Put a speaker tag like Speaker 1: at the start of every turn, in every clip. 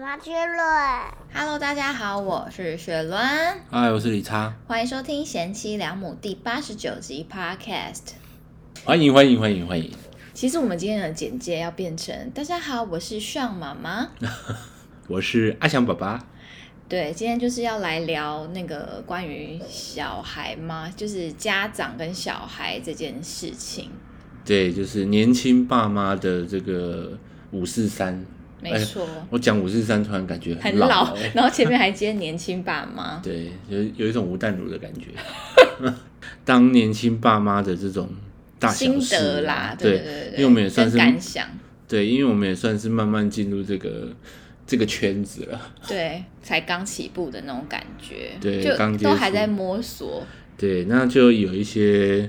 Speaker 1: 马之论，
Speaker 2: Hello，大家好，我是雪伦，
Speaker 3: 嗨，我是李叉，
Speaker 2: 欢迎收听《贤妻良母》第八十九集 Podcast。
Speaker 3: 欢迎欢迎欢迎欢迎，
Speaker 2: 其实我们今天的简介要变成“大家好，我是炫妈妈
Speaker 3: 我是阿翔爸爸。”。
Speaker 2: 对，今天就是要来聊那个关于小孩嘛，就是家长跟小孩这件事情。
Speaker 3: 对，就是年轻爸妈的这个五四三，
Speaker 2: 没错，
Speaker 3: 我讲五四三突然感觉
Speaker 2: 很
Speaker 3: 哎老
Speaker 2: 老，
Speaker 3: 欸
Speaker 2: 然后前面还接年轻爸妈。
Speaker 3: 对，有有一种吴淡如的感觉。 当年轻爸妈的这种大小
Speaker 2: 心
Speaker 3: 事
Speaker 2: 得
Speaker 3: 啊
Speaker 2: 啦，
Speaker 3: 对
Speaker 2: 对对对，
Speaker 3: 因为我们也算
Speaker 2: 跟
Speaker 3: 是
Speaker 2: 感想，
Speaker 3: 对，因为我们也算是慢慢进入这个这个圈子了。
Speaker 2: 对，才刚起步的那种感觉，
Speaker 3: 对
Speaker 2: 就
Speaker 3: 刚接
Speaker 2: 都还
Speaker 3: 触
Speaker 2: 在摸索，
Speaker 3: 对，那就有一些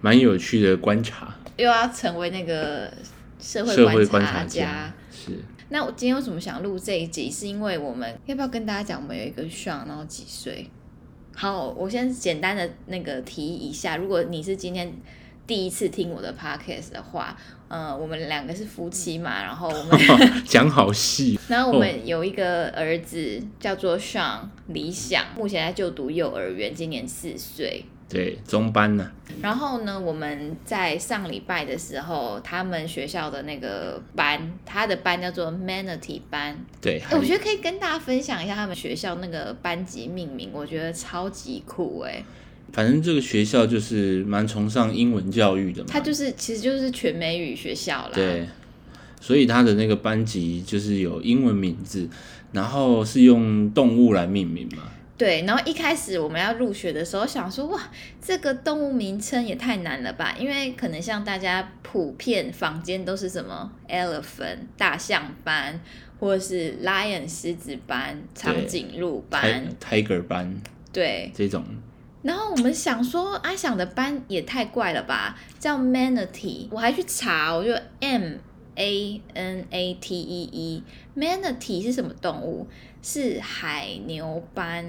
Speaker 3: 蛮有趣的观察，
Speaker 2: 又要成为那个社
Speaker 3: 社会
Speaker 2: 会
Speaker 3: 观
Speaker 2: 察
Speaker 3: 察家是。
Speaker 2: 那我今天为什么想录这一集？是因为我们要不要跟大家讲，我们有一个 s 然后几岁？好，我先简单的那个提一下，如果你是今天第一次听我的 podcast 的话，呃，我们两个是夫妻嘛，
Speaker 3: 嗯
Speaker 2: 然后我们
Speaker 3: 讲好戏，
Speaker 2: 然后我们有一个儿子叫做 Sean 理想，目前在就读幼儿园，今年四岁。
Speaker 3: 对，中班呢、
Speaker 2: 然后呢，我们在上礼拜的时候，他们学校的那个班，他的班叫做 Manatee 班。
Speaker 3: 对，
Speaker 2: 哎，我觉得可以跟大家分享一下他们学校那个班级命名，我觉得超级酷哎、
Speaker 3: 反正这个学校就是蛮崇尚英文教育的嘛，
Speaker 2: 它就是其实就是全美语学校啦。
Speaker 3: 对，所以它的那个班级就是有英文名字，然后是用动物来命名嘛，
Speaker 2: 对，然后一开始我们要入学的时候，想说哇，这个动物名称也太难了吧？因为可能像大家普遍坊间都是什么 elephant 大象班，或者是 lion 狮子班、长
Speaker 3: 对
Speaker 2: 颈鹿
Speaker 3: 泰
Speaker 2: 班，
Speaker 3: Tiger 班
Speaker 2: 对。
Speaker 3: 这种，
Speaker 2: 然后我们想说，阿想的班也太怪了吧，叫 manatee，我还去查，我就 m a n a t e e，manatee 是什么动物？是海牛斑，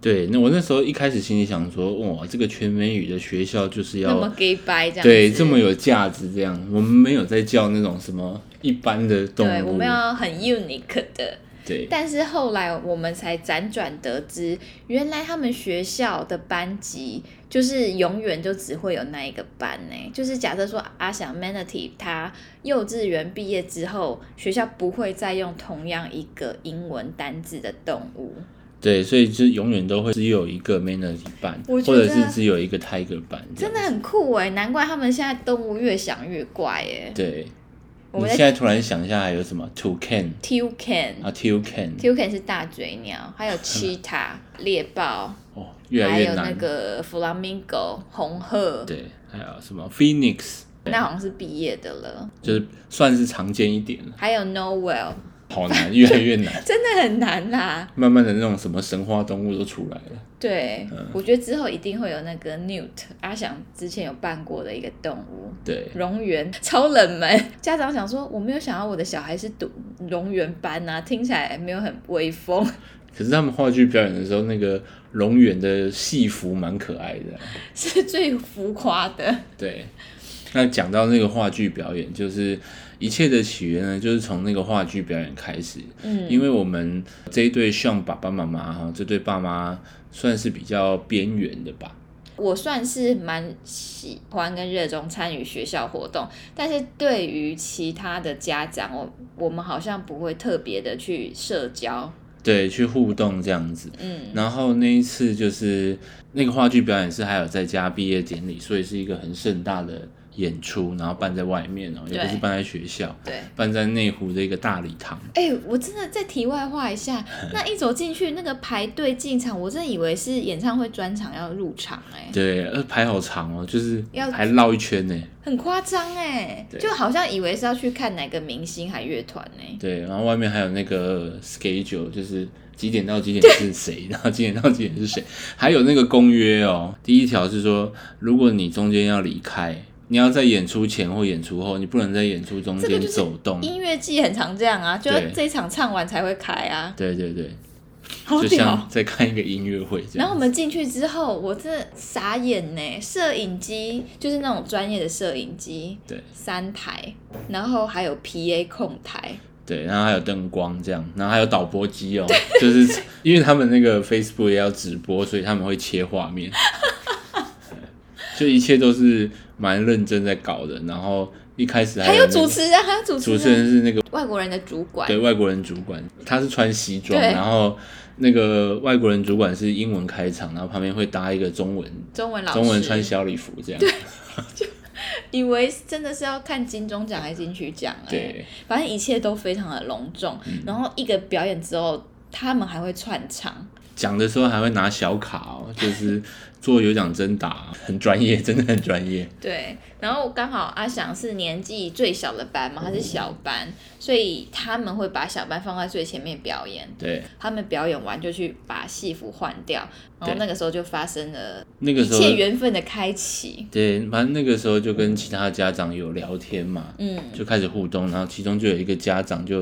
Speaker 3: 对，那我那时候一开始心里想说，哇，这个全美语的学校就是
Speaker 2: 那么
Speaker 3: 要
Speaker 2: gay 掰这样子，
Speaker 3: 对这么有价值，这样我们没有在叫那种什么一般的动
Speaker 2: 对，我
Speaker 3: 物
Speaker 2: 们，要很 unique 的。
Speaker 3: 对
Speaker 2: 但是后来我们才辗转得知，原来他们学校的班级就是永远就只会有那一个班呢、就是假设说阿翔 Manatee 他幼稚园毕业之后，学校不会再用同样一个英文单字的动物。
Speaker 3: 对，所以就永远都会只有一个 Manatee 班，
Speaker 2: 我
Speaker 3: 或
Speaker 2: 觉
Speaker 3: 者
Speaker 2: 得
Speaker 3: 是只有一个 Tiger 班，这
Speaker 2: 真
Speaker 3: 样
Speaker 2: 的很酷哎、难怪他们现在动物越想越怪哎、
Speaker 3: 对，
Speaker 2: 我
Speaker 3: 你
Speaker 2: 们
Speaker 3: 现
Speaker 2: 在
Speaker 3: 在突然想一下，还有什么 toucan
Speaker 2: Toucan，Toucan
Speaker 3: 啊，toucan，
Speaker 2: 是大嘴鸟， 还有 Cheetah 猎豹，
Speaker 3: 哦，越来
Speaker 2: 还
Speaker 3: 越
Speaker 2: 有那
Speaker 3: 难。
Speaker 2: 个 flamingo 红鹤，
Speaker 3: 对，还有什么 phoenix，
Speaker 2: 那好像是毕业的了。
Speaker 3: 就是算是常见一点了，
Speaker 2: 还有 Noel，
Speaker 3: 好难，越来越 难。
Speaker 2: 真的很难啦。
Speaker 3: 慢慢的那种什么神话动物都出来了，
Speaker 2: 对，
Speaker 3: 嗯
Speaker 2: 我觉得之后一定会有那个 Newt，阿翔之前有办过的一个动物。
Speaker 3: 对，
Speaker 2: 蝾螈超冷门，家长想说我没有想要我的小孩是读蝾螈班啊，听起来没有很威风。
Speaker 3: 可是他们话剧表演的时候，那个龙源的戏服蛮可爱的啊、
Speaker 2: 是最浮夸的。
Speaker 3: 对，那讲到那个话剧表演，就是一切的起源呢，就是从那个话剧表演开始。
Speaker 2: 嗯
Speaker 3: 因为我们这一对像爸爸妈妈哈，这对爸妈算是比较边缘的吧。
Speaker 2: 我算是蛮喜欢跟热衷参与学校活动，但是对于其他的家长，我我们好像不会特别的去社交。
Speaker 3: 对，去互动这样子。
Speaker 2: 嗯，
Speaker 3: 然后那一次就是那个话剧表演是还有在家毕业典礼，所以是一个很盛大的演出，然后办在外面哦，也不
Speaker 2: 对
Speaker 3: 是办在学校，
Speaker 2: 对。
Speaker 3: 办在内湖的一个大礼堂。
Speaker 2: 哎、我真的再题外话一 下，那一走进去那个排队进场，我真的以为是演唱会专场要入场哎、
Speaker 3: 对，呃，排好长哦，就是
Speaker 2: 要
Speaker 3: 还绕一圈呢。
Speaker 2: 很夸张哎，
Speaker 3: 对
Speaker 2: 就好像以为是要去看哪个明星还乐团哎，
Speaker 3: 对，然后外面还有那个 schedule，就是几点到几点是谁，然后几点到几点是谁，还有那个公约哦。第一条是说，如果你中间要离开，你要在演出前或演出后，你不能在演出中
Speaker 2: 这个
Speaker 3: 间
Speaker 2: 就是
Speaker 3: 走动。
Speaker 2: 音乐季很常这样啊，就要
Speaker 3: 嗯对
Speaker 2: 这一场唱完才会开啊，
Speaker 3: 对对对，
Speaker 2: 好
Speaker 3: 就
Speaker 2: 屌
Speaker 3: 像。在看一个音乐会这
Speaker 2: 哦然后我
Speaker 3: 样。
Speaker 2: 们进去之后，我真的傻眼呢，摄影机就是那种专业的摄影机，
Speaker 3: 对，
Speaker 2: 三台，然后还有 PA 控台，
Speaker 3: 对，然后还有灯光这样，然后还有导播机哦， 就是因为他们那个 Facebook 也要直播，所以他们会切画面，就一切都是蛮认真在搞的。然后一开始
Speaker 2: 还
Speaker 3: 有
Speaker 2: 有
Speaker 3: 那个
Speaker 2: 主持人，还有主持
Speaker 3: 主
Speaker 2: 人，
Speaker 3: 持人是那个
Speaker 2: 外国人的主管，
Speaker 3: 对外国人主管，他是穿西装，
Speaker 2: 对
Speaker 3: 然后那个外国人主管是英文开场，然后旁边会搭一个中文，
Speaker 2: 中文老师，
Speaker 3: 中文穿小礼服这样，
Speaker 2: 以为真的是要看金钟奖还是金曲奖哎、
Speaker 3: 对嗯
Speaker 2: 反正一切都非常的隆重。然后一个表演之后，他们还会串场，
Speaker 3: 讲的时候还会拿小卡哦，就是做有奖征答，很专业，真的很专业。
Speaker 2: 对。然后刚好阿翔是年纪最小的班嘛，他是小班，所以他们会把小班放在最前面表演。
Speaker 3: 对，
Speaker 2: 他们表演完就去把戏服换掉，然后
Speaker 3: 对
Speaker 2: 那个时候就发生了
Speaker 3: 那个
Speaker 2: 一
Speaker 3: 时候
Speaker 2: 切缘分的开启。
Speaker 3: 对，反正那个时候就跟其他家长有聊天嘛，
Speaker 2: 嗯，
Speaker 3: 就开始互动，然后其中就有一个家长就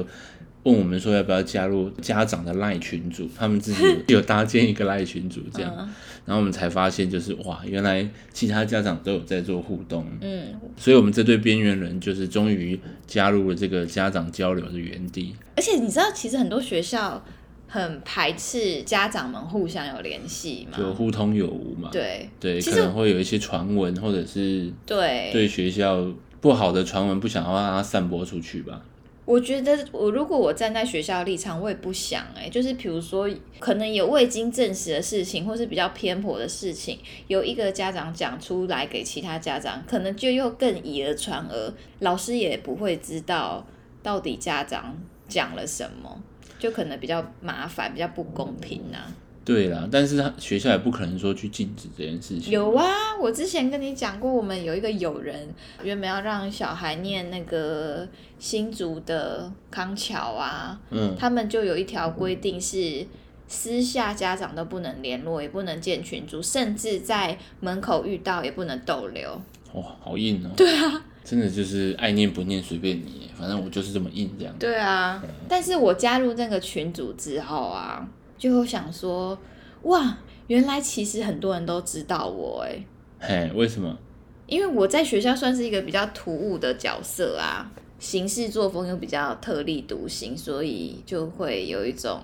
Speaker 3: 问我们说要不要加入家长的赖群组，他 们自己有有搭建一个赖群组这样，
Speaker 2: 嗯
Speaker 3: 然后我们才发现就是哇，原来其他家长都有在做互动，
Speaker 2: 嗯，
Speaker 3: 所以我们这对边缘人就是终于加入了这个家长交流的园地，
Speaker 2: 而且你知道，其实很多学校很排斥家长们互相有联系嘛，
Speaker 3: 就互通有无嘛，
Speaker 2: 对
Speaker 3: 对，
Speaker 2: 其
Speaker 3: 可
Speaker 2: 实
Speaker 3: 能会有一些传闻或者是
Speaker 2: 对
Speaker 3: 对学校不好的传闻不想要让它散播出去吧。
Speaker 2: 我觉得我如果我站在学校的立场，我也不想哎、就是比如说可能有未经证实的事情，或是比较偏颇的事情，有一个家长讲出来给其他家长，可能就又更以讹传讹，老师也不会知道到底家长讲了什么，就可能比较麻烦，比较不公平呐、啊
Speaker 3: 对啦，但是他学校也不可能说去禁止这件事情。
Speaker 2: 有啊，我之前跟你讲过，我们有一个友人原本要让小孩念那个新竹的康桥啊，
Speaker 3: 嗯，
Speaker 2: 他们就有一条规定是。私下家长都不能联络，也不能建群组，甚至在门口遇到也不能逗留。
Speaker 3: 哇，好硬哦。对啊，真的就是爱念不念随便你，反正我就是这么硬这样。
Speaker 2: 对啊，但是我加入那个群组之后啊，就会想说，哇，原来其实很多人都知道我诶、
Speaker 3: 嘿，为什么？
Speaker 2: 因为我在学校算是一个比较突兀的角色啊，行事作风又比较特立独行，所以就会有一种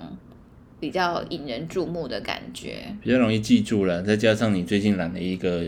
Speaker 2: 比较引人注目的感觉。
Speaker 3: 比较容易记住了，再加上你最近染了一个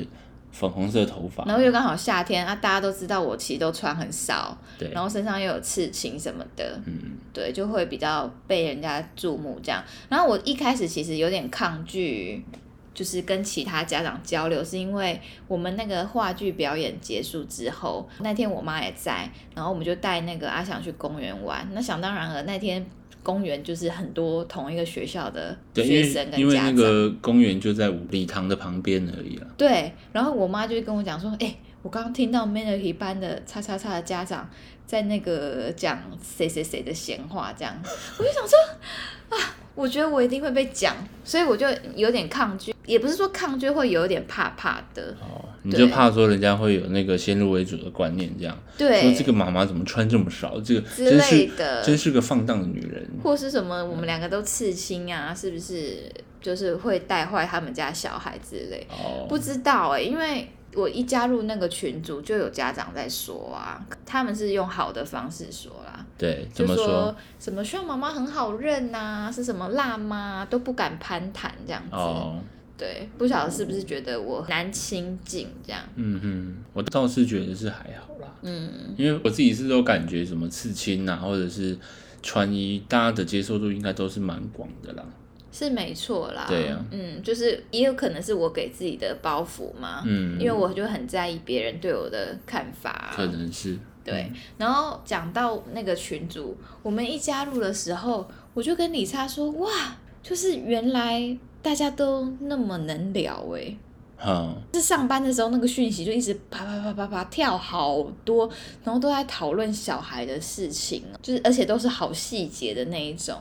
Speaker 3: 粉红色头发，
Speaker 2: 然后又刚好夏天啊，大家都知道我其实都穿很少，
Speaker 3: 对
Speaker 2: 然，后身上又有刺青什么的，
Speaker 3: 嗯，
Speaker 2: 对，就会比较被人家注目这样。然后我一开始其实有点抗拒，就是跟其他家长交流，是因为我们那个话剧表演结束之后，那天我妈也在，然后我们就带那个阿翔去公园玩。那想当然了，那天公园就是很多同一个学校的
Speaker 3: 对，因
Speaker 2: 学生
Speaker 3: 为因
Speaker 2: 跟
Speaker 3: 为
Speaker 2: 家
Speaker 3: 那
Speaker 2: 长。
Speaker 3: 个公园就在五礼堂的旁边而已啦。
Speaker 2: 对，然后我妈就跟我讲说，哎、我刚刚听到 Melody 班的叉叉叉的家长在那个讲谁谁谁的闲话，这样，我就想说啊，我觉得我一定会被讲，所以我就有点抗拒，也不是说抗拒，会有点怕怕的，
Speaker 3: 哦，你
Speaker 2: 对
Speaker 3: 就怕说人家会有那个先入为主的观念，这样说
Speaker 2: 对，
Speaker 3: 这个妈妈怎么穿这么少，这个
Speaker 2: 之
Speaker 3: 真
Speaker 2: 类
Speaker 3: 是
Speaker 2: 的，
Speaker 3: 真是个放荡的女人。
Speaker 2: 或是什么，我们两个都刺青啊，是不是就是会带坏他们家小孩之类？
Speaker 3: 哦，
Speaker 2: 不知道哎、因为我一加入那个群组，就有家长在说啊，他们是用好的方式说啦，
Speaker 3: 对，怎
Speaker 2: 就
Speaker 3: 么
Speaker 2: 说什么炫妈妈很好认呐、是什么辣妈都不敢攀谈这样子。
Speaker 3: 哦，
Speaker 2: 对，不晓得是不是觉得我难亲近这样。
Speaker 3: 嗯哼，我倒是觉得是还好啦，
Speaker 2: 嗯，
Speaker 3: 因为我自己是都感觉什么刺青啊，或者是穿衣，大家的接受度应该都是蛮广的啦。
Speaker 2: 是没错啦。
Speaker 3: 对啊
Speaker 2: 嗯，就是也有可能是我给自己的包袱嘛。
Speaker 3: 嗯，
Speaker 2: 因为我就很在意别人对我的看法啊、
Speaker 3: 可能是嗯
Speaker 2: 对，然后讲到那个群组，我们一加入的时候，我就跟李莎说：“哇，就是原来大家都那么能聊哎、
Speaker 3: 嗯，
Speaker 2: 是上班的时候那个讯息就一直啪啪啪啪啪跳好多，然后都在讨论小孩的事情哦，就是而且都是好细节的那一种。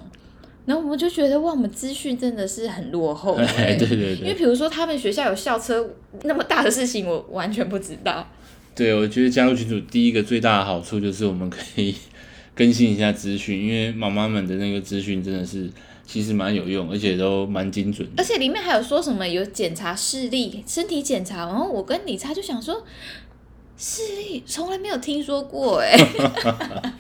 Speaker 2: 然后我们就觉得哇，我们资讯真的是很落后、欸，
Speaker 3: 对对对
Speaker 2: 因为
Speaker 3: 对，
Speaker 2: 比如说他们学校有校车那么大的事情，我完全不知道。
Speaker 3: 对我觉得加入群组第一个最大的好处就是我们可以 更新一下资讯，因为妈妈们的那个资讯真的是其实蛮有用，而且都蛮精准
Speaker 2: 而
Speaker 3: 的。
Speaker 2: 且里面还有说什么有检查视力、身体检查，然后我跟理查就想说，视力从来没有听说过哎、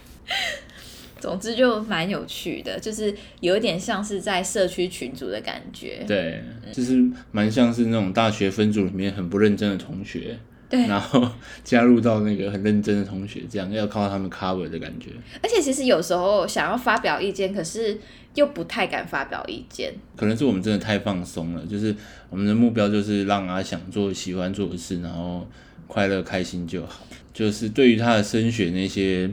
Speaker 2: 总之就蛮有趣的，就是有一点像是在社区群组的感觉。
Speaker 3: 对，就是蛮像是那种大学分组里面很不认真的同学，
Speaker 2: 对，
Speaker 3: 然后 加入到那个很认真的同学，这样要靠他们 cover 的感觉。
Speaker 2: 而且其实有时候想要发表意见，可是又不太敢发表意见。
Speaker 3: 可能是我们真的太放松了，就是我们的目标就是让阿想做喜欢做的事，然后快乐开心就好。就是对于他的升学那些，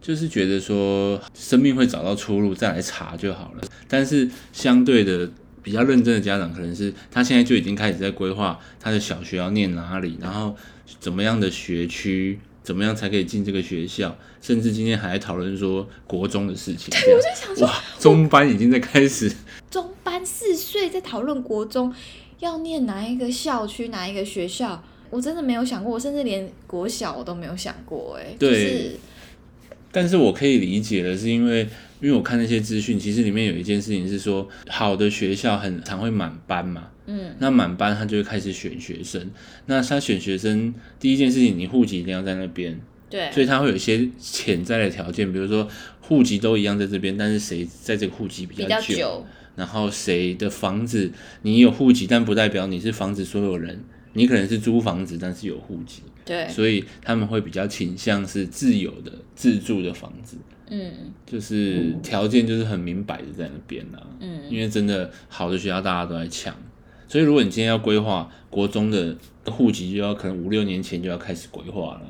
Speaker 3: 就是觉得说生命会找到出路，再来查就好了。但是相对的。比较认真的家长，可能是他现在就已经开始在规划他的小学要念哪里，然后怎么样的学区，怎么样才可以进这个学校，甚至今天还在讨论说国中的事情。对，我就
Speaker 2: 想
Speaker 3: 说，哇，中班已经在开始
Speaker 2: 中班四岁在讨论国中要念哪一个校区、哪一个学校，我真的没有想过，我甚至连国小我都没有想过、哎，就
Speaker 3: 对
Speaker 2: 是
Speaker 3: 但是我可以理解的是因为因为我看那些资讯，其实里面有一件事情是说，好的学校很常会满班嘛，
Speaker 2: 嗯，
Speaker 3: 那满班他就会开始选学生。那他选学生第一件事情，你户籍一定要在那边，
Speaker 2: 对，
Speaker 3: 所以他会有一些潜在的条件，比如说户籍都一样在这边，但是谁在这个户籍比
Speaker 2: 比
Speaker 3: 较
Speaker 2: 较
Speaker 3: 久，，然后谁的房子你有户籍，但不代表你是房子所有人，你可能是租房子，但是有户籍，
Speaker 2: 对，
Speaker 3: 所以他们会比较倾向是自有的自住的房子。
Speaker 2: 嗯
Speaker 3: 就是条件就是很明摆的在那边啦、
Speaker 2: 嗯，
Speaker 3: 因为真的好的学校大家都在抢，所以如果你今天要规划国中的户籍，就要可能五六年前就要开始规划了。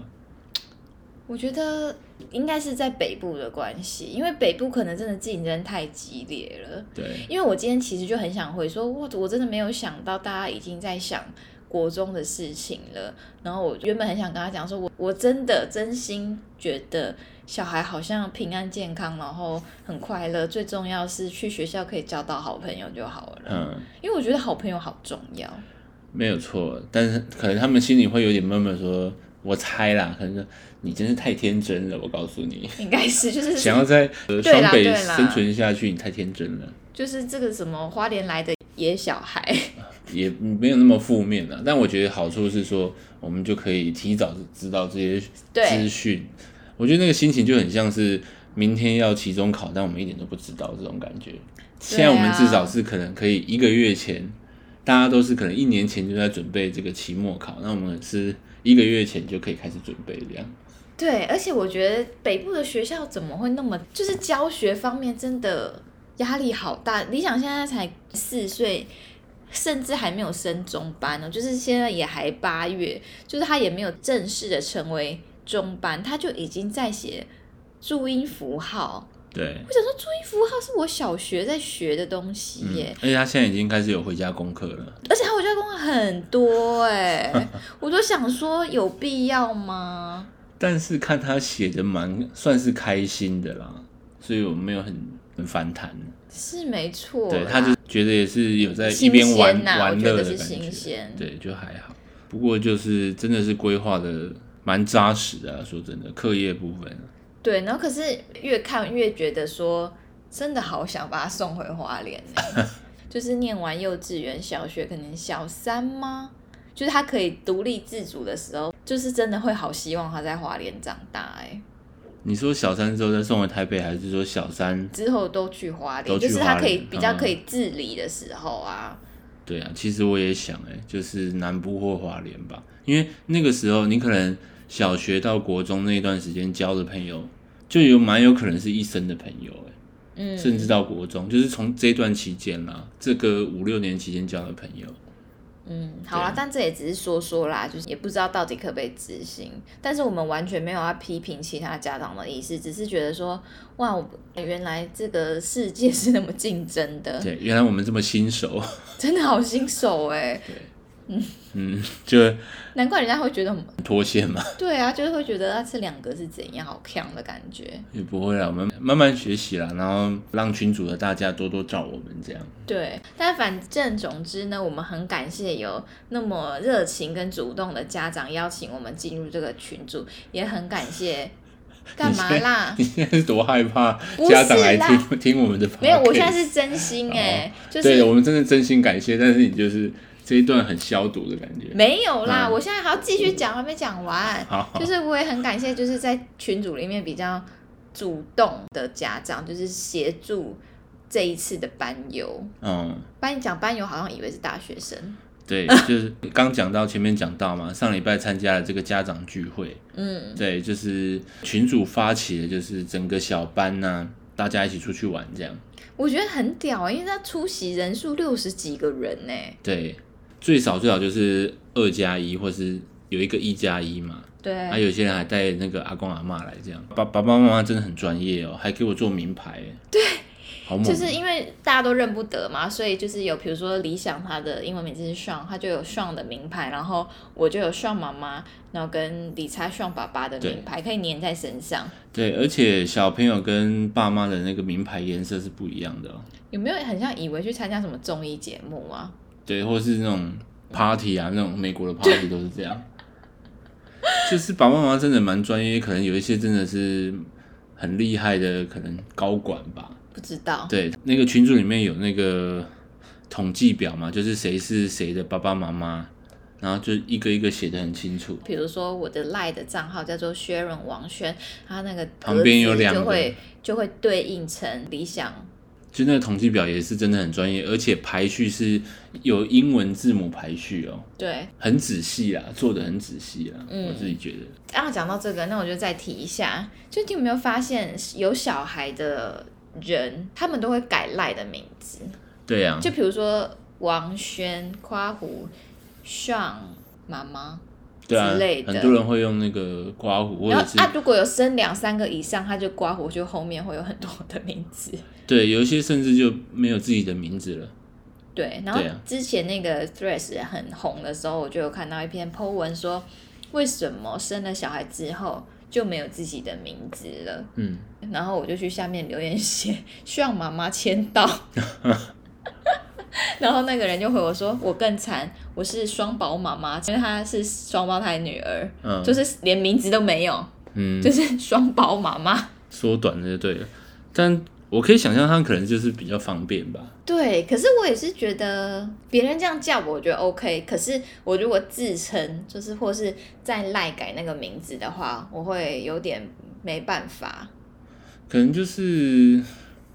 Speaker 2: 我觉得应该是在北部的关系，因为北部可能真的竞争太激烈了。
Speaker 3: 对，
Speaker 2: 因为我今天其实就很想回说，我我真的没有想到大家已经在想国中的事情了。然后我原本很想跟他讲说，我我真的真心觉得小孩好像平安健康，然后很快乐，最重要是去学校可以交到好朋友就好了。
Speaker 3: 嗯，
Speaker 2: 因为我觉得好朋友好重要。
Speaker 3: 没有错，但是可能他们心里会有点闷闷，说我猜啦，可能说你真是太天真了，我告诉你，
Speaker 2: 应该是就是
Speaker 3: 想要在呃
Speaker 2: 对啦
Speaker 3: 双北
Speaker 2: 对啦
Speaker 3: 生存下去，你太天真了。
Speaker 2: 就是这个什么花莲来的野小孩，
Speaker 3: 也没有那么负面了，但我觉得好处是说，我们就可以提早知道这些
Speaker 2: 对
Speaker 3: 资讯。我觉得那个心情就很像是明天要期中考，但我们一点都不知道这种感觉。现在我们至少是可能可以一个月前，大家都是可能一年前就在准备这个期末考，那我们是一个月前就可以开始准备这样。
Speaker 2: 对，而且我觉得北部的学校怎么会那么，就是教学方面真的压力好大。理想现在才四岁，甚至还没有升中班呢，就是现在也还八月，就是他也没有正式的成为中班，他就已经在写注音符号。
Speaker 3: 对，
Speaker 2: 我想说，注音符号是我小学在学的东西
Speaker 3: 嗯
Speaker 2: 耶，，
Speaker 3: 而且他现在已经开始有回家功课了。
Speaker 2: 而且他回家功课很多哎， 我都想说有必要吗？
Speaker 3: 但是看他写的蛮算是开心的啦，所以我没有很很反弹。
Speaker 2: 是没错啦，
Speaker 3: 对，他就觉得也是有在一边
Speaker 2: 新
Speaker 3: 玩、
Speaker 2: 鲜呐
Speaker 3: 玩乐
Speaker 2: 我
Speaker 3: 的
Speaker 2: 觉
Speaker 3: 感
Speaker 2: 得是新鲜
Speaker 3: 对，就还好。不过就是真的是规划的蛮扎实的、啊，说真的，课业部分啊
Speaker 2: 对，然后可是越看越觉得说，真的好想把他送回花莲 欸就是念完幼稚园、小学，可能小三吗？就是他可以独立自主的时候，就是真的会好希望他在花莲长大哎、
Speaker 3: 你说小三之后再送回台北，还是说小三？
Speaker 2: 之后都去花莲，
Speaker 3: 都去
Speaker 2: 就是他
Speaker 3: 花
Speaker 2: 可以
Speaker 3: 莲
Speaker 2: 比较
Speaker 3: 嗯
Speaker 2: 可以自理的时候啊，
Speaker 3: 对啊，其实我也想哎、就是南部或华联吧，因为那个时候你可能小学到国中那段时间交的朋友，就有蛮有可能是一生的朋友哎、
Speaker 2: 嗯，
Speaker 3: 甚至到国中，就是从这段期间啦，这个五六年期间交的朋友，
Speaker 2: 嗯，好啦
Speaker 3: 对，啊
Speaker 2: 但这也只是说说啦，就是也不知道到底可不可以执行。但是我们完全没有要批评其他家长的意思，只是觉得说，哇，我原来这个世界是那么竞争的，
Speaker 3: 对，原来我们这么新手。
Speaker 2: 真的好新手哎、
Speaker 3: 嗯，就
Speaker 2: 难怪人家会觉得很，
Speaker 3: 脱线嘛，
Speaker 2: 对啊，就是会觉得啊，这两个是怎样好强的感觉。
Speaker 3: 也不会啦，我们慢慢学习啦，然后让群主的大家多多照我们这样。
Speaker 2: 对，但反正总之呢，我们很感谢有那么热情跟主动的家长邀请我们进入这个群组，也很感谢。干嘛啦？
Speaker 3: 你现在是多害怕
Speaker 2: 不是
Speaker 3: 家
Speaker 2: 啦
Speaker 3: 长来听听我们的 podcast？
Speaker 2: 没有，我现在是真心哎、就是
Speaker 3: 哦对，我们真的真心感谢，但是你就是这一段很消毒的感觉。
Speaker 2: 没有啦，
Speaker 3: 嗯
Speaker 2: 我现在还要继续讲，还没讲完。
Speaker 3: 好，好
Speaker 2: 就是我也很感谢，就是在群组里面比较主动的家长，就是协助这一次的班游。
Speaker 3: 嗯，
Speaker 2: 班讲班游好像以为是大学生，
Speaker 3: 对， 就是刚讲到前面讲到嘛，上礼拜参加了这个家长聚会，
Speaker 2: 嗯，
Speaker 3: 对，就是群主发起的，就是整个小班呐、大家一起出去玩这样。
Speaker 2: 我觉得很屌、欸因为他出席人数六十几个人欸呢、
Speaker 3: 对，最少最少就是二加一，或是有一个一加一嘛。
Speaker 2: 对，
Speaker 3: 啊，有些人还带那个阿公阿嬷来这样，爸爸爸妈妈真的很专业哦，还给我做名牌，对，好猛哦，
Speaker 2: 就是因为大家都认不得嘛，所以就是有比如说理想他的英文名字是 Sean，他就有 Sean 的名牌，然后我就有 Sean 妈妈，然后跟理查 Sean 爸爸的名牌可以粘在身上。
Speaker 3: 对，而且小朋友跟爸妈的那个名牌颜色是不一样的哦，
Speaker 2: 有没有很像以为去参加什么综艺节目啊？
Speaker 3: 对，或是那种 party 啊，那种美国的 party 都是这样，就是爸爸妈妈真的蛮专业，可能有一些真的是很厉害的，可能高管吧，
Speaker 2: 不知道，
Speaker 3: 对，那个群组里面有那个统计表嘛，就是谁是谁的爸爸妈妈，然后就一个一个写的很清楚。
Speaker 2: 比如说我的 Line 的账号叫做 Sharon 王轩，他那个
Speaker 3: 旁边有
Speaker 2: 格子
Speaker 3: 两个
Speaker 2: 就会就会对应成理想，
Speaker 3: 就那个统计表也是真的很专业，而且排序是有英文字母排序哦，
Speaker 2: 对，
Speaker 3: 很仔细啊，做的很仔细啊，
Speaker 2: 嗯
Speaker 3: 我自己觉得。
Speaker 2: 刚啊刚讲到这个，那我就再提一下，就你有没有发现有小孩的人，他们都会改赖的名字？
Speaker 3: 对啊，
Speaker 2: 就比如说王轩、夸胡、上妈妈，
Speaker 3: 对啊
Speaker 2: 之类，的
Speaker 3: 很多人会用那个刮胡，或
Speaker 2: 然
Speaker 3: 者
Speaker 2: 后
Speaker 3: 是、
Speaker 2: 啊，如果有生两三个以上，他就刮胡，就后面会有很多的名字。
Speaker 3: 对，有一些甚至就没有自己的名字了。
Speaker 2: 对，然后
Speaker 3: 对啊
Speaker 2: 之前那个 Threads 很红的时候，我就有看到一篇 po 文说，为什么生了小孩之后就没有自己的名字了？
Speaker 3: 嗯，
Speaker 2: 然后我就去下面留言写希望妈妈签 到， 然后那个人就回我说我更惨，我是双宝妈妈，因为她是双胞胎女儿，
Speaker 3: 嗯
Speaker 2: 就是连名字都没有，
Speaker 3: 嗯，
Speaker 2: 就是双宝妈妈。
Speaker 3: 缩短了就对了。但我可以想象，他可能就是比较方便吧。
Speaker 2: 对，可是我也是觉得别人这样叫我，我觉得 OK。可是我如果自称就是或是再赖改那个名字的话，我会有点没办法。
Speaker 3: 可能就是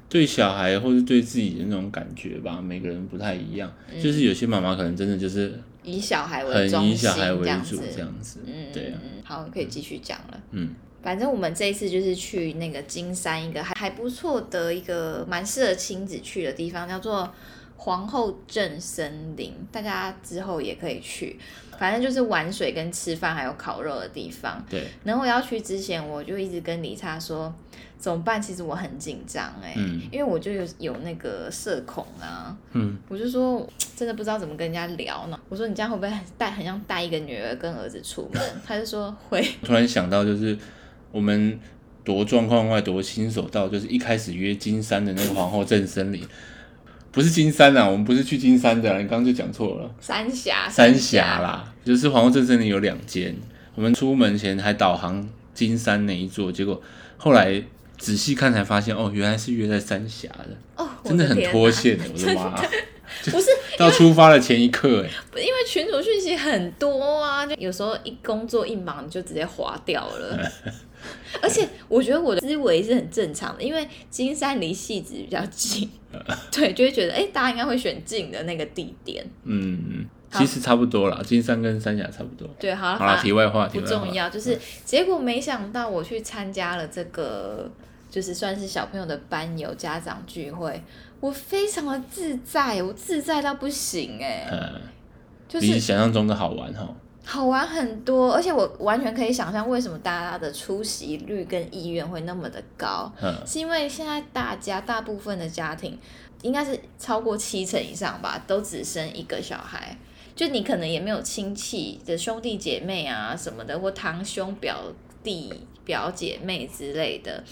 Speaker 3: 对小孩或者对自己的那种感觉吧，每个人不太一样。就是有些妈妈可能真的就是
Speaker 2: 以小孩为
Speaker 3: 很
Speaker 2: 中
Speaker 3: 以
Speaker 2: 心
Speaker 3: 小孩为
Speaker 2: 这样
Speaker 3: 主
Speaker 2: 子，
Speaker 3: 这样子，
Speaker 2: 嗯，
Speaker 3: 对啊，
Speaker 2: 嗯好，可以继续讲了。
Speaker 3: 嗯，
Speaker 2: 反正我们这一次就是去那个金山一个还还不错的一个蛮适合亲子去的地方，叫做皇后镇森林，大家之后也可以去。反正就是玩水跟吃饭还有烤肉的地方。
Speaker 3: 对，
Speaker 2: 然后我要去之前，我就一直跟李查说怎么办？其实我很紧张哎、
Speaker 3: 嗯
Speaker 2: 因为我就有有那个社恐啊，
Speaker 3: 嗯，
Speaker 2: 我就说真的不知道怎么跟人家聊呢。我说你这样会不会很带很像带一个女儿跟儿子出门？他就说会。
Speaker 3: 突然想到就是我们多状况外多新手到，就是一开始约金山的那个皇后镇森林，不是金山啊，我们不是去金山的啊、你刚刚就讲错了。
Speaker 2: 三峡，
Speaker 3: 三峡，啦，就是皇后镇森林有两间，我们出门前还导航金山那一座，结果后来仔细看才发现，哦，原来是约在三峡的，
Speaker 2: 哦，我
Speaker 3: 真的很
Speaker 2: 天
Speaker 3: 脱
Speaker 2: 哪
Speaker 3: 线，我的妈！
Speaker 2: 不是
Speaker 3: 到出发的前一刻，哎，
Speaker 2: 因为群主讯息很多啊，就有时候一工作一忙你就直接划掉了。 而且我觉得我的思维是很正常的，因为金山离戏子比较 近，对，就会觉得哎、诶大家应该会选近的那个地点。
Speaker 3: 嗯，
Speaker 2: 好
Speaker 3: 其实差不多啦，金山跟三峡差不多。
Speaker 2: 对，好了，
Speaker 3: 好啦，
Speaker 2: 反
Speaker 3: 题外话，题
Speaker 2: 不
Speaker 3: 外
Speaker 2: 重
Speaker 3: 话，嗯
Speaker 2: 要，就是结果没想到我去参加了这个，就是算是小朋友的班友家长聚会，我非常的自在，我自在到不行哎、
Speaker 3: 嗯，
Speaker 2: 就
Speaker 3: 比
Speaker 2: 是
Speaker 3: 想象中的好玩哈。
Speaker 2: 好玩很多，而且我完全可以想象为什么大家的出席率跟意愿会那么的高，
Speaker 3: 嗯，
Speaker 2: 是因为现在大家大部分的家庭应该是超过七成以上吧，都只生一个小孩。就你可能也没有亲戚的兄弟姐妹啊什么的，或堂兄表弟表姐妹之类的，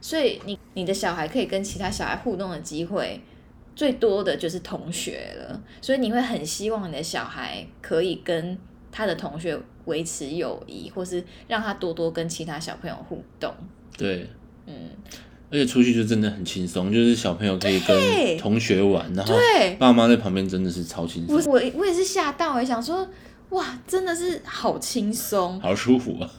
Speaker 2: 所以你你的小孩可以跟其他小孩互动的机会，最多的就是同学了，所以你会很希望你的小孩可以跟他的同学维持友谊，或是让他多多跟其他小朋友互动。
Speaker 3: 对，
Speaker 2: 嗯，
Speaker 3: 而且出去就真的很轻松，就是小朋友可以
Speaker 2: 对
Speaker 3: 跟同学玩，然后
Speaker 2: 对
Speaker 3: 爸妈在旁边真的是超轻
Speaker 2: 我
Speaker 3: 松，
Speaker 2: 我我也是吓到、欸，想说哇，真的是好轻松。
Speaker 3: 好舒服啊。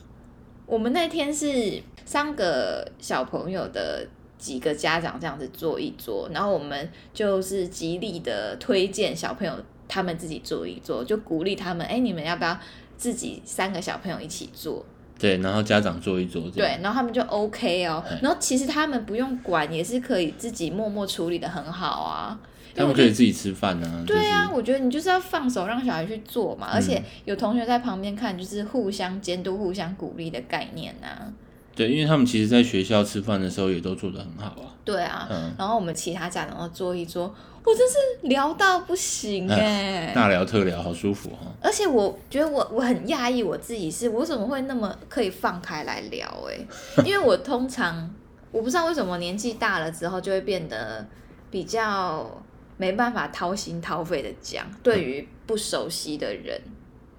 Speaker 2: 我们那天是三个小朋友的几个家长这样子坐一桌，然后我们就是极力的推荐小朋友他们自己做一做，就鼓励他们，哎、你们要不要自己三个小朋友一起做？
Speaker 3: 对，然后家长坐一桌，
Speaker 2: 对，，然后他们就 OK 哦
Speaker 3: 哎。
Speaker 2: 然后其实他们不用管，也是可以自己默默处理的很好啊。因
Speaker 3: 他
Speaker 2: 为我
Speaker 3: 们可
Speaker 2: 觉
Speaker 3: 以
Speaker 2: 得
Speaker 3: 自己吃饭啊，
Speaker 2: 对啊，
Speaker 3: 就是嗯
Speaker 2: 我觉得你就是要放手让小孩去做嘛，而且有同学在旁边看，就是互相监督、互相鼓励的概念啊。
Speaker 3: 对，因为他们其实在学校吃饭的时候也都做得很好啊，
Speaker 2: 对啊，
Speaker 3: 嗯，
Speaker 2: 然后我们其他家长都坐一桌，我真是聊到不行
Speaker 3: 嗯
Speaker 2: 哎、
Speaker 3: 大聊特聊，好舒服哦。
Speaker 2: 而且我觉得我我很讶异我自己是，我怎么会那么可以放开来聊哎、因为我通常我不知道为什么年纪大了之后就会变得比较没办法掏心掏肺的讲，对于不熟悉的人，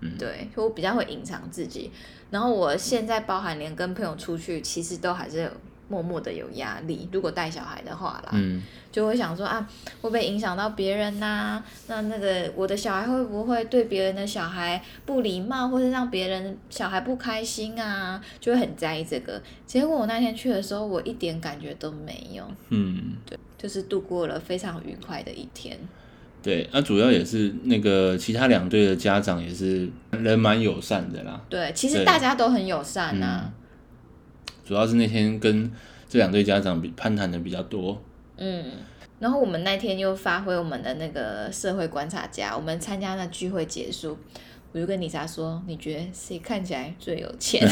Speaker 3: 嗯
Speaker 2: 对，所以我比较会隐藏自己。然后我现在包含连跟朋友出去，其实都还是默默的有压力，如果带小孩的话啦，
Speaker 3: 嗯，
Speaker 2: 就会想说啊，会不会影响到别人呐、那那个我的小孩会不会对别人的小孩不礼貌，或是让别人小孩不开心啊？就会很在意这个。结果我那天去的时候，我一点感觉都没有，
Speaker 3: 嗯，
Speaker 2: 就是度过了非常愉快的一天。
Speaker 3: 对，那、主要也是那个其他两队的家长也是人蛮友善的啦，
Speaker 2: 对，其实
Speaker 3: 对嗯
Speaker 2: 大家都很友善呐、
Speaker 3: 主要是那天跟这两队家长比攀谈的比较多，
Speaker 2: 嗯。然后我们那天又发挥我们的那个社会观察家，我们参加那聚会结束，我就跟李莎说：“你觉得谁看起来最有钱？”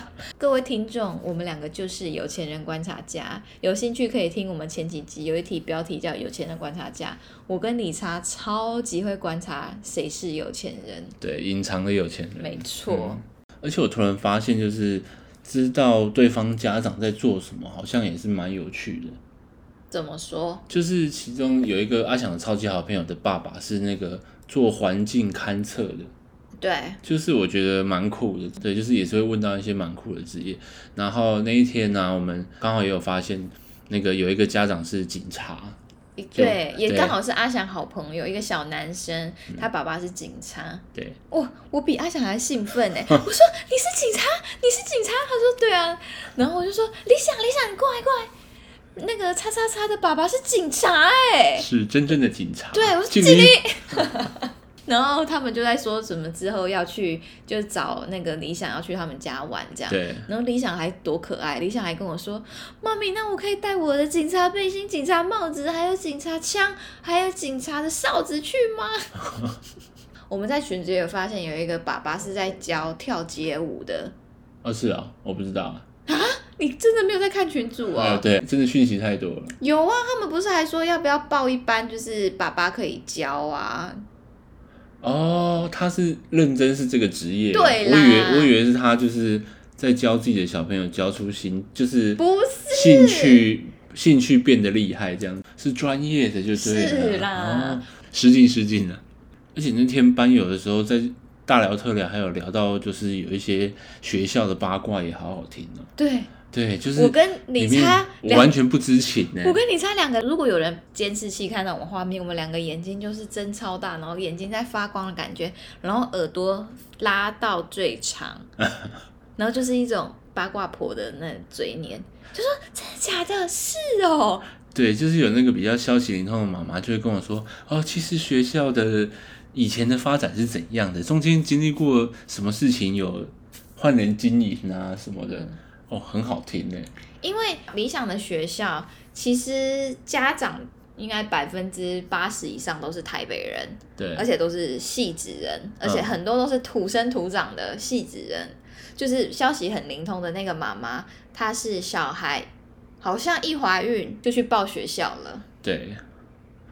Speaker 2: 各位听众，我们两个就是有钱人观察家，有兴趣可以听我们前几集有一题标题叫《有钱人观察家》，我跟李莎超级会观察谁是有钱人，
Speaker 3: 对，隐藏的有钱人，
Speaker 2: 没错
Speaker 3: 嗯而且我突然发现，就是知道对方家长在做什么，好像也是蛮有趣的。
Speaker 2: 怎么说？
Speaker 3: 就是其中有一个阿翔的超级好朋友的爸爸是那个做环境勘测的，
Speaker 2: 对，
Speaker 3: 就是我觉得蛮酷的，对，就是也是会问到一些蛮酷的职业。然后那一天呢、我们刚好也有发现，那个有一个家长是警察，
Speaker 2: 对，也
Speaker 3: 对
Speaker 2: 刚好是阿翔好朋友，一个小男生，他爸爸是警察。
Speaker 3: 对，
Speaker 2: 哇，我比阿翔还兴奋呢！我说你是警察，你是警察？他说对啊。然后我就说理想，理想，你过来，过来。那个叉叉叉的爸爸是警察哎、
Speaker 3: 是真正的警察，
Speaker 2: 对我是
Speaker 3: 敬
Speaker 2: 敬
Speaker 3: 礼
Speaker 2: 礼然后他们就在说什么之后要去，就找那个理想要去他们家玩这样。
Speaker 3: 对，
Speaker 2: 然后理想还多可爱，理想还跟我说：“妈咪，那我可以带我的警察背心、警察帽子，还有警察枪，还有警察的哨子去吗？”我们在群组有发现有一个爸爸是在教跳街舞的，
Speaker 3: 哦是啊、我不知道啊，
Speaker 2: 你真的没有在看群组哦？
Speaker 3: 啊对，真的讯息太多了，
Speaker 2: 有啊，他们不是还说要不要报一班，就是爸爸可以教啊？
Speaker 3: 哦，他是认真是这个职业，
Speaker 2: 对
Speaker 3: 我
Speaker 2: 啦
Speaker 3: 以为我以为是他就是在教自己的小朋友教出新，就是
Speaker 2: 不是
Speaker 3: 兴趣兴趣变得厉害这样，是专业的就对了，
Speaker 2: 是啦
Speaker 3: 哦，失敬失敬了。啊而且那天班有的时候在大聊特聊，还有聊到就是有一些学校的八卦也好好听哦、
Speaker 2: 对，
Speaker 3: 对，就是
Speaker 2: 我跟李
Speaker 3: 里面
Speaker 2: 差
Speaker 3: 我完全不知情欸呢、
Speaker 2: 我跟你差两个，如果有人监视器看到我们画面，我们两个眼睛就是睁超大，然后眼睛在发光的感觉，然后耳朵拉到最 长，然后就是一种八卦婆的那嘴脸，就说真的假的？是哦，
Speaker 3: 对，就是有那个比较消息灵通的妈妈就会跟我说，哦，其实学校的以前的发展是怎样的，中间经历过什么事情，有换人经营啊什么的，哦，很好听呢。
Speaker 2: 因为理想的学校，其实家长应该百分之八十以上都是台北人，
Speaker 3: 对，
Speaker 2: 而且都是戏子人，而且很多都是土生土长的戏子人。就是消息很灵通的那个妈妈，她是小孩，好像一怀孕就去报学校了。
Speaker 3: 对，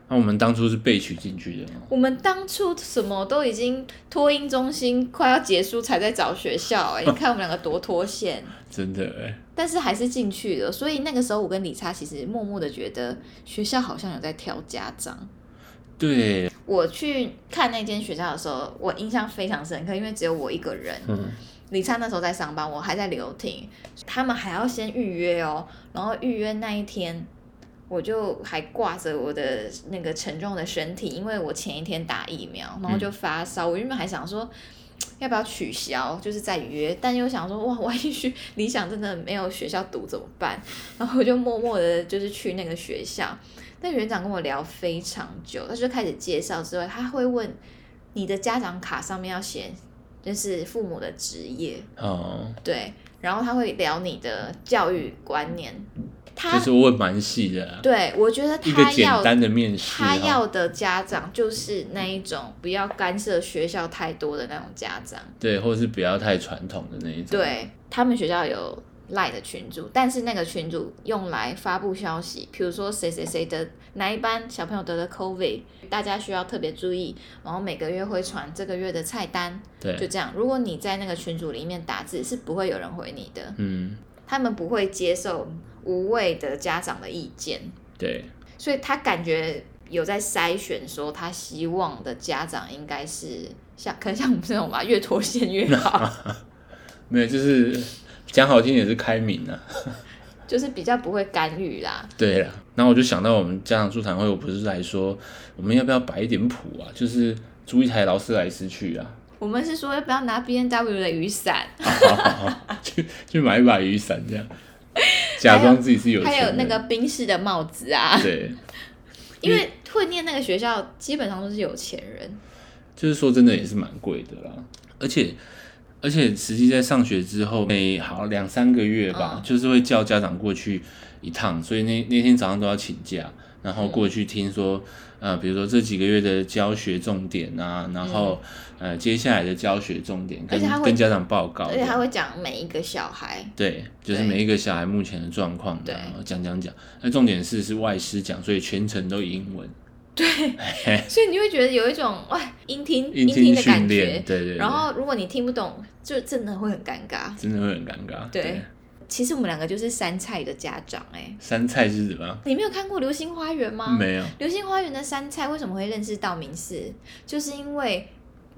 Speaker 3: 那、我们当初是被取进去的嘛，
Speaker 2: 我们当初什么都已经托婴中心快要结束才在找学校、哎，你看我们两个多脱线，
Speaker 3: 真的哎，
Speaker 2: 但是还是进去了。所以那个时候我跟李莎其实默默的觉得学校好像有在挑家长。
Speaker 3: 对，
Speaker 2: 我去看那间学校的时候，我印象非常深刻，因为只有我一个人。
Speaker 3: 嗯，
Speaker 2: 李灿那时候在上班，我还在留停，他们还要先预约哦，然后预约那一天，我就还挂着我的那个沉重的身体，因为我前一天打疫苗，然后就发烧，我原本还想说。要不要取消，就是再约，但又想说哇，万一去 理想真的没有学校读怎么办？然后我就默默的就是去那个学校，但园长跟我聊非常久，他就开始介绍之外，他会问你的家长卡上面要写就是父母的职业，
Speaker 3: 哦，
Speaker 2: 对，然后他会聊你的教育观念，他、
Speaker 3: 就是问蛮细的啦，
Speaker 2: 对我觉得
Speaker 3: 一个
Speaker 2: 他
Speaker 3: 简
Speaker 2: 要
Speaker 3: 单的面试
Speaker 2: 他
Speaker 3: 哈、
Speaker 2: 要的家长就是那一种不要干涉学校太多的那种家长。
Speaker 3: 对，或是不要太传统的那一种，，
Speaker 2: 对他们学校有赖的群组，但是那个群组用来发布消息，比如说谁谁谁的哪一班小朋友得了 COVID，大家需要特别注意，然后每个月会传这个月的菜单，就
Speaker 3: 对，
Speaker 2: 这样。如果你在那个群组里面打字，是不会有人回你的，
Speaker 3: 嗯，
Speaker 2: 他们不会接受无谓的家长的意见。
Speaker 3: 对，
Speaker 2: 所以他感觉有在筛选，说他希望的家长应该是像，可能像我们这种吧，越脱线越好，
Speaker 3: 没有，就是讲好听也是开明啊，
Speaker 2: 就是比较不会干预啦。
Speaker 3: 对啦，然后我就想到我们家长座谈会，我不是来说我们要不要摆一点谱啊，就是租一台劳斯莱斯去啊，
Speaker 2: 我们是说要不要拿 B N W 的雨伞，
Speaker 3: 好好好去去买一把雨伞这样，假装自己是有钱
Speaker 2: 还有
Speaker 3: 人，
Speaker 2: 那个宾士的帽子啊，
Speaker 3: 对。
Speaker 2: 因为会念那个学校基本上都是有钱人，
Speaker 3: 就是说真的也是蛮贵的啦，而且而且实际在上学之后，每好两三个月吧，
Speaker 2: 嗯
Speaker 3: 就是会叫家长过去一趟，所以那那天早上都要请假，然
Speaker 2: 嗯
Speaker 3: 后过去听说，呃，比如说这几个月的教学重点啊，然后、呃接下来的教学重点
Speaker 2: 嗯而
Speaker 3: 跟
Speaker 2: 且他会
Speaker 3: 跟家长报告
Speaker 2: 而
Speaker 3: 的，
Speaker 2: 且他会讲每一个小孩，
Speaker 3: 对，就是
Speaker 2: 对
Speaker 3: 每一个小孩目前的状况，
Speaker 2: 对
Speaker 3: 然后讲讲讲，那重点是是外师讲，所以全程都英文，
Speaker 2: 所以你会觉得有一种哇音听
Speaker 3: 硬
Speaker 2: 听
Speaker 3: 听
Speaker 2: 的感
Speaker 3: 训练，
Speaker 2: 觉。
Speaker 3: 对对对，
Speaker 2: 然后如果你听不懂，就真的会很尴尬。
Speaker 3: 真的会很尴尬，
Speaker 2: 对其实我们两个就是山菜的家长哎、
Speaker 3: 山菜是什么？
Speaker 2: 你没有看过《流星花园》吗？
Speaker 3: 没有，
Speaker 2: 流星花园的杉菜为什么会认识道明寺？就是因为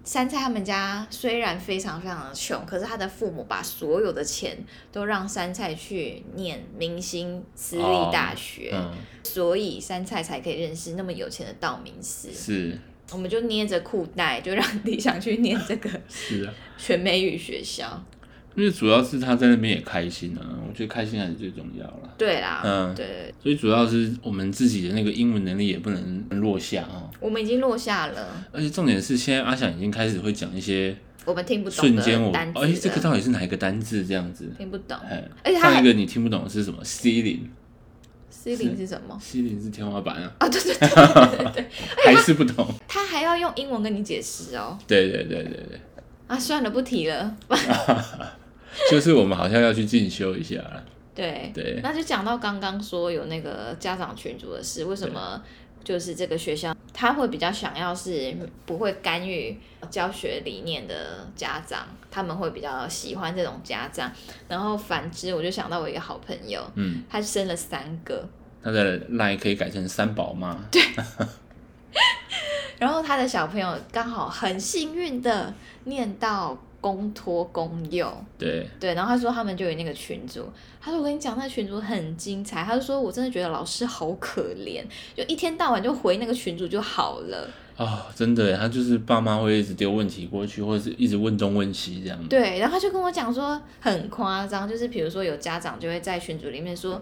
Speaker 2: 杉菜他们家虽然非常非常的穷，可是他的父母把所有的钱都让杉菜去念明星私立大学，
Speaker 3: 嗯，
Speaker 2: 所以杉菜才可以认识那么有钱的道明寺。
Speaker 3: 是
Speaker 2: 我们就捏着裤带，就让理想去念这个
Speaker 3: 是啊，
Speaker 2: 全美语学校。
Speaker 3: 因为主要是他在那边也开心啊，我觉得开心还是最重要啦。
Speaker 2: 对啦，
Speaker 3: 嗯
Speaker 2: 对，
Speaker 3: 所以主要是我们自己的那个英文能力也不能落下啊、
Speaker 2: 我们已经落下了，
Speaker 3: 而且重点是，现在阿翔已经开始会讲一些
Speaker 2: 我们听不懂
Speaker 3: 瞬间我
Speaker 2: 的
Speaker 3: 哎
Speaker 2: 单、词了，
Speaker 3: 这个到底是哪一个单字这样子？
Speaker 2: 听不懂。
Speaker 3: 哎，
Speaker 2: 而且他
Speaker 3: 上
Speaker 2: 还
Speaker 3: 一个你听不懂的是什么？ceiling，ceiling
Speaker 2: 思林是什么？
Speaker 3: 是天花板啊，
Speaker 2: 啊、对对对对对对。
Speaker 3: 还是不懂？
Speaker 2: 他还要用英文跟你解释哦。
Speaker 3: 对对对对对，
Speaker 2: 啊，算了，不提了。
Speaker 3: 就是我们好像要去进修一下啦。
Speaker 2: 对，
Speaker 3: 对，
Speaker 2: 那就讲到刚刚说有那个家长群组的事，为什么就是这个学校他会比较想要是不会干预教学理念的家长，他们会比较喜欢这种家长。然后反之，我就想到我一个好朋友，
Speaker 3: 嗯，
Speaker 2: 他生了三个，
Speaker 3: 他的 line 可以改成三宝妈。
Speaker 2: 然后他的小朋友刚好很幸运的念到公托公幼。
Speaker 3: 对，
Speaker 2: 对，然后他说他们就有那个群组，他说我跟你讲，那个群组很精彩。他就说我真的觉得老师好可怜，就一天到晚就回那个群组就好了。
Speaker 3: 啊、真的耶，他就是爸妈会一直丢问题过去，或者是一直问东问西这样。
Speaker 2: 对，然后他就跟我讲说很夸张，就是比如说有家长就会在群组里面说。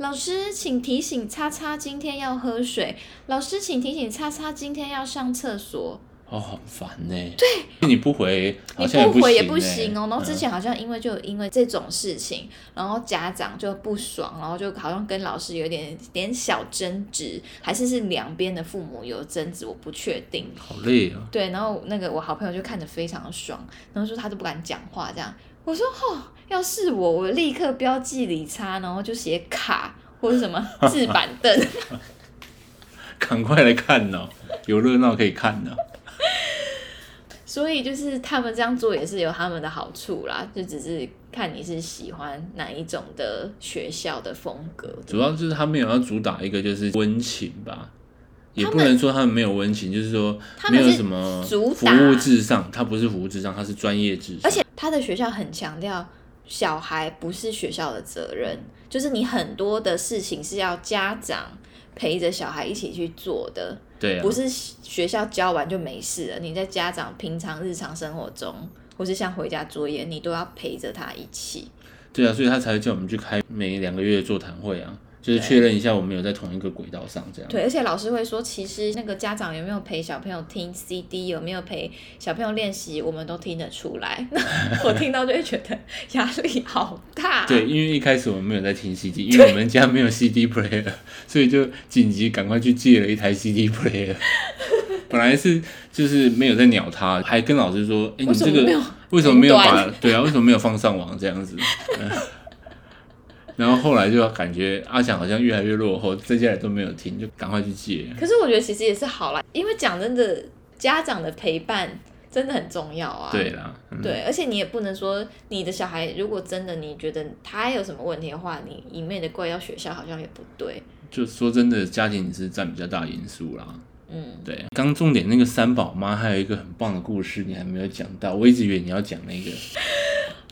Speaker 2: 老师，请提醒叉叉今天要喝水。老师，请提醒叉叉今天要上厕所。
Speaker 3: 哦，很烦呢。对，你不回，好
Speaker 2: 你
Speaker 3: 像
Speaker 2: 不回也
Speaker 3: 不
Speaker 2: 不行哦。然后
Speaker 3: 嗯
Speaker 2: 之前好像因为就因为这种事情，然后家长就不爽，然后就好像跟老师有点点小争执，还是是两边的父母有争执，我不确定。
Speaker 3: 好累哦。
Speaker 2: 对，然后那个我好朋友就看着非常爽，然后说他都不敢讲话这样。我说哦，要是我，我立刻标记理差，然后就写卡或者什么 置板凳。
Speaker 3: 赶快来看哦，有热闹可以看哦。
Speaker 2: 所以就是他们这样做也是有他们的好处啦，就只是看你是喜欢哪一种的学校的风格。
Speaker 3: 主要就是他们有要主打一个就是温情吧，也
Speaker 2: 他
Speaker 3: 不
Speaker 2: 们
Speaker 3: 能说他们没有温情，就是说
Speaker 2: 他
Speaker 3: 没
Speaker 2: 们
Speaker 3: 有
Speaker 2: 是
Speaker 3: 什么
Speaker 2: 主
Speaker 3: 服
Speaker 2: 打
Speaker 3: 务至上，他不是服务至上，他是专业至上。
Speaker 2: 而且他的学校很强调，小孩不是学校的责任，就是你很多的事情是要家长陪着小孩一起去做的，
Speaker 3: 对啊
Speaker 2: 不，是学校教完就没事了。你在家长平常日常生活中或是像回家作业，你都要陪着他一起。
Speaker 3: 对啊，所以他才会叫我们去开每两个月的座谈会啊，就是确认一下我们有在同一个轨道上这样。
Speaker 2: 对，而且老师会说，其实那个家长有没有陪小朋友听 CD，有没有陪小朋友练习，我们都听得出来。 那我听到就会觉得压力好大。
Speaker 3: 对，因为一开始我们没有在听 CD，因为我们家没有 CD player，所 以就紧急赶快去借了一台 CD player。本来是就是没有在鸟他，还跟老师说：“哎、你
Speaker 2: 为什
Speaker 3: 这
Speaker 2: 么
Speaker 3: 个
Speaker 2: 没有
Speaker 3: 为什么没有
Speaker 2: 云
Speaker 3: 把
Speaker 2: 端
Speaker 3: 对啊？为什么没有放上网这样子？” 嗯然后后来就感觉阿翔好像越来越落后，在家里都没有听，就赶快去借。
Speaker 2: 可是我觉得其实也是好啦，因为讲真的，家长的陪伴真的很重要啊。
Speaker 3: 对啦，嗯
Speaker 2: 对，而且你也不能说你的小孩，如果真的你觉得他有什么问题的话，你一昧的怪到学校好像也不对。
Speaker 3: 就说真的，家庭是占比较大因素啦。
Speaker 2: 嗯，
Speaker 3: 对，刚重点那个三宝妈还有一个很棒的故事，你还没有讲到，我一直以为你要讲那个。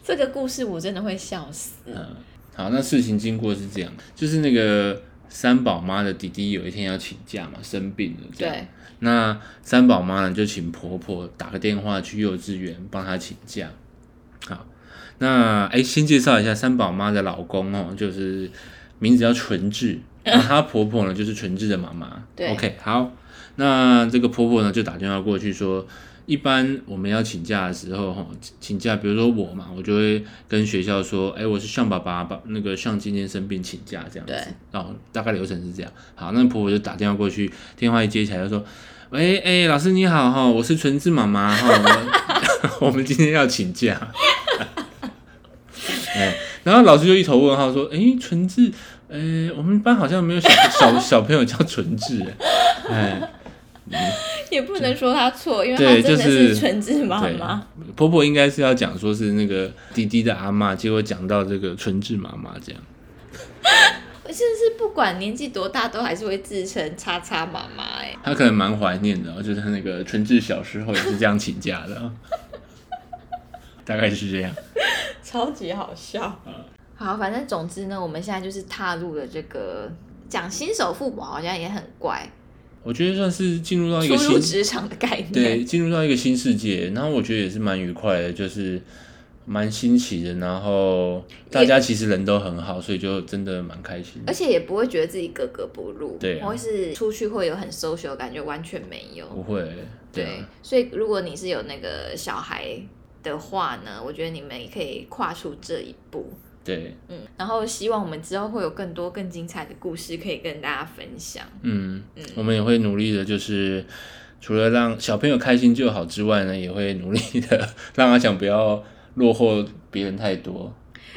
Speaker 2: 这个故事我真的会笑死。
Speaker 3: 嗯，好，那事情经过是这样，就是那个三宝妈的弟弟有一天要请假嘛，生病了这样。
Speaker 2: 对，
Speaker 3: 那三宝妈呢，就请婆婆打个电话去幼稚园帮她请假。好，那哎，先介绍一下三宝妈的老公哦，就是名字叫纯志，那她婆婆呢就是纯志的妈妈。
Speaker 2: 对
Speaker 3: ，OK，好，那这个婆婆呢就打电话过去说。一般我们要请假的时候，哈，请假，比如说我嘛，我就会跟学校说，哎、我是向爸爸，爸那个向今天生病请假这样子
Speaker 2: 对，
Speaker 3: 然后哦大概流程是这样。好，那婆婆就打电话过去，电话一接起来就说，喂，哎、老师你好哈，我是纯智妈妈哈，我我们 今天要请假。 哎、然后老师就一头问号说，哎、纯智，呃、我们班好像没有小小小朋友叫纯智，哎、
Speaker 2: 也不能说他错，因为
Speaker 3: 对
Speaker 2: 他真的
Speaker 3: 就是
Speaker 2: 纯智妈
Speaker 3: 对
Speaker 2: 妈。
Speaker 3: 婆婆应该是要讲说是那个滴滴的阿嬷，结果讲到这个纯智妈妈这样。
Speaker 2: 我甚至不管年纪多大，都还是会自称“叉叉妈妈”哎，
Speaker 3: 她可能蛮怀念的、哦，就是她那个纯智小时候也是这样请假的 哦、大概是这样。
Speaker 2: 超级好笑。
Speaker 3: 嗯
Speaker 2: 好，反正总之呢，我们现在就是踏入了这个讲新手父母好像也很怪，
Speaker 3: 我觉得算是进入到一
Speaker 2: 初
Speaker 3: 个
Speaker 2: 入
Speaker 3: 新
Speaker 2: 职场的概念。
Speaker 3: 对，进入到一个新世界，然后我觉得也是蛮愉快的，就是蛮新奇的，然后大家其实人都很好，所以就真的蛮开心
Speaker 2: 而
Speaker 3: 的。
Speaker 2: 且也不会觉得自己格格不入，
Speaker 3: 对啊
Speaker 2: 或是出去会有很 social 的感觉，完全没有。
Speaker 3: 不会，对啊，
Speaker 2: 所以如果你是有那个小孩的话呢，我觉得你们也可以跨出这一步，
Speaker 3: 对，
Speaker 2: 嗯，然后希望我们之后会有更多更精彩的故事可以跟大家分享。
Speaker 3: 嗯，我们也会努力的，就是除了让小朋友开心就好之外呢，也会努力的 让阿翔不要落后别人太多。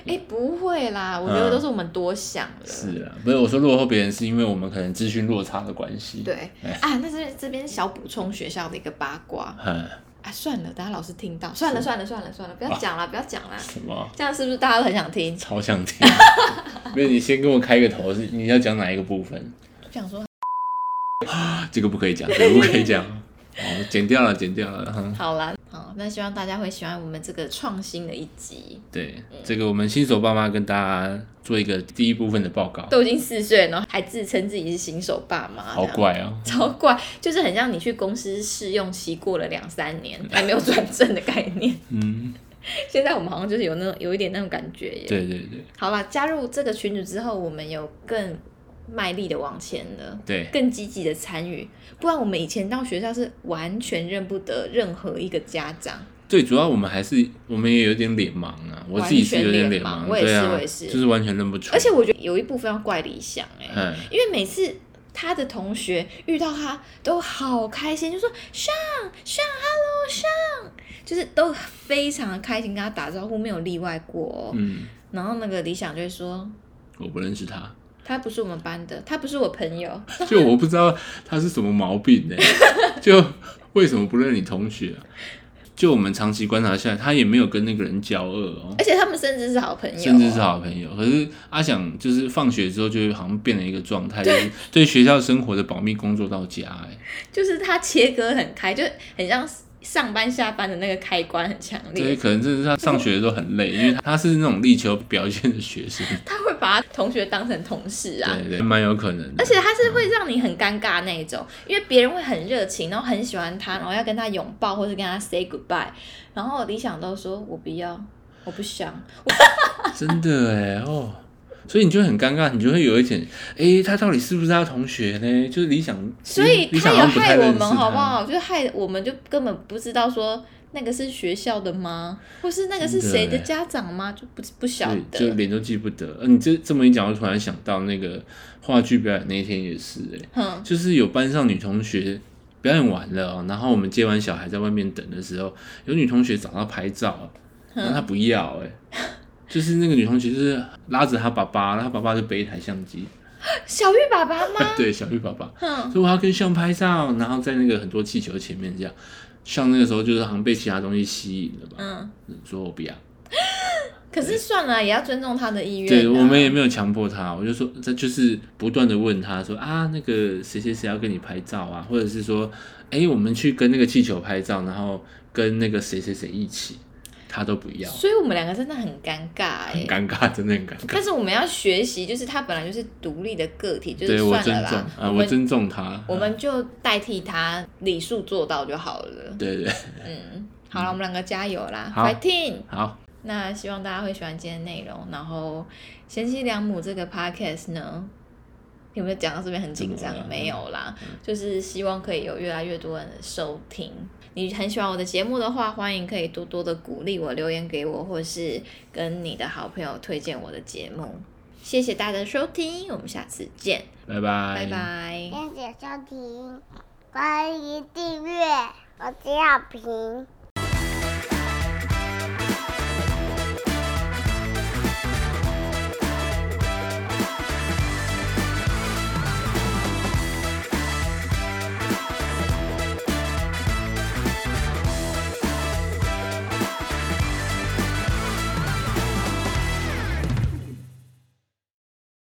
Speaker 2: 哎、不会啦，我觉得
Speaker 3: 嗯
Speaker 2: 都是我们多想了。
Speaker 3: 是啊，不是我说落后别人，是因为我们可能资讯落差的关系。，
Speaker 2: 对啊，那这这边小补充学校的一个八卦
Speaker 3: 嗯，
Speaker 2: 啊，算了，等下老师听到，算了算了算了算了，不
Speaker 3: 啊
Speaker 2: 要讲了、不要讲了，
Speaker 3: 什么？
Speaker 2: 这样是不是大家都很想听？
Speaker 3: 超想听。 没有，你先跟我开个头，是你要讲哪一个部分？
Speaker 2: 就想说
Speaker 3: 这个不可以讲，这个不可 以讲。哦，剪掉了，剪掉了。嗯
Speaker 2: 好啦，好，那希望大家会喜欢我们这个创新的一集。
Speaker 3: 对，这个我们新手爸妈跟大家做一个第一部分的报告，
Speaker 2: 都已经四岁了，然后还自称自己是新手爸妈，
Speaker 3: 好，怪哦。
Speaker 2: 超怪，就是很像你去公司试用期过了两三 年还没有转正的概念。
Speaker 3: 嗯，
Speaker 2: 现在我们好像就是有那种有一点那种感觉耶。
Speaker 3: 对对对
Speaker 2: 好啦，加入这个群组之后，我们有更卖力的往前了。
Speaker 3: 对。
Speaker 2: 更积极的参与，不然我们以前到学校是完全认不得任何一个家长。
Speaker 3: 最主要我们还是我们也有点脸盲啊，我自己是有点盲，
Speaker 2: 完全脸盲我也是
Speaker 3: 对啊，
Speaker 2: 我也是
Speaker 3: 就是完全认不出。
Speaker 2: 而且，我觉得有一部分要怪理想哎、
Speaker 3: 嗯，
Speaker 2: 因为每次他的同学遇到他都好开心，就说上上 hello 上，就是都非常的开心跟他打招呼，没有例外过、哦。
Speaker 3: 嗯，
Speaker 2: 然后那个李想就会说，
Speaker 3: 我不认识他，
Speaker 2: 他不是我们班的，他不是我朋友，
Speaker 3: 就我不知道他是什么毛病呢、 就为什么不认你同学啊、就我们长期观察下来，他也没有跟那个人交恶哦，
Speaker 2: 而且他们甚至是好朋友、哦
Speaker 3: 甚至是。好朋友。可是阿想就是放学之后，就好像变了一个状态，就是对学校生活的保密工作到家、欸，
Speaker 2: 就是他切割很开，就很像上班下班的那个开关很强
Speaker 3: 对，
Speaker 2: 烈，
Speaker 3: 可能真的是他上学的时候很累，因为他是那种力求表现的学生，
Speaker 2: 他会把他同学当成同事啊。
Speaker 3: 对对，蛮有可能的。
Speaker 2: 而且他是会让你很尴尬那一种，因为别人会很热情，然后很喜欢他，然后要跟他拥抱或是跟他 say goodbye，然后李想都说我不要，我不想，
Speaker 3: 真的哎哦，所以你就很尴尬，你就会有一点，哎，他到底是不是他同学呢？就是理想，
Speaker 2: 所以
Speaker 3: 理
Speaker 2: 他
Speaker 3: 想好
Speaker 2: 有
Speaker 3: 像不太
Speaker 2: 害
Speaker 3: 认
Speaker 2: 我
Speaker 3: 识
Speaker 2: 们好不
Speaker 3: 他？
Speaker 2: 好？就害我们就根本不知道说那个是学校的吗，或是那个是
Speaker 3: 真的
Speaker 2: 谁的
Speaker 3: 欸
Speaker 2: 家长吗？就不不晓
Speaker 3: 对，就
Speaker 2: 得。
Speaker 3: 脸都记不得。嗯、你这这么一讲，我突然想到那个话剧表演那一天也是哎，
Speaker 2: 哼，
Speaker 3: 就是有班上女同学表演完了、哦，然后我们接完小孩在外面等的时候，有女同学找她拍照，然后她不要、哎、就是那个女同学就是拉着她爸爸，然后她爸爸就背一台相机，
Speaker 2: 小玉爸爸吗？
Speaker 3: 对，小玉爸爸，
Speaker 2: 哼，
Speaker 3: 所以我要跟像拍照，然后在那个很多气球前面这样，像那个时候就是好像被其他东西吸引了吧，
Speaker 2: 嗯，
Speaker 3: 说我不要，
Speaker 2: 可是算了，也要尊重他的意愿啊。
Speaker 3: 对我们也没有强迫他，我就说他就是不断的问他说啊，那个谁谁谁要跟你拍照啊，或者是说，哎、我们去跟那个气球拍照，然后跟那个谁谁谁一起，他都不要，
Speaker 2: 所以我们两个真的很尴尬哎、
Speaker 3: 很尴尬，真的很尴尬
Speaker 2: 但。是我们要学习，就是他本来就是独立的个体， 就是
Speaker 3: 对我
Speaker 2: 算
Speaker 3: 尊
Speaker 2: 了
Speaker 3: 重
Speaker 2: 啦，
Speaker 3: 啊，我
Speaker 2: 们
Speaker 3: 尊重他。
Speaker 2: 我们就代替他礼数做到就好了。
Speaker 3: 对对，对
Speaker 2: 嗯，好了，我们两个加油啦
Speaker 3: 好
Speaker 2: ，fighting！
Speaker 3: 好，
Speaker 2: 那希望大家会喜欢今天的内容。然后《贤妻良母》这个 podcast 呢，有没有讲到这边很紧张
Speaker 3: 怎么了？
Speaker 2: 没有啦，就是希望可以有越来越多人的收听。你很喜欢我的节目的话，欢迎可以多多的鼓励我，留言给我，或是跟你的好朋友推荐我的节目。谢谢大家的收听，我们下次见，
Speaker 3: 拜
Speaker 2: 拜拜。
Speaker 1: 谢谢收听，欢迎订阅我是小平。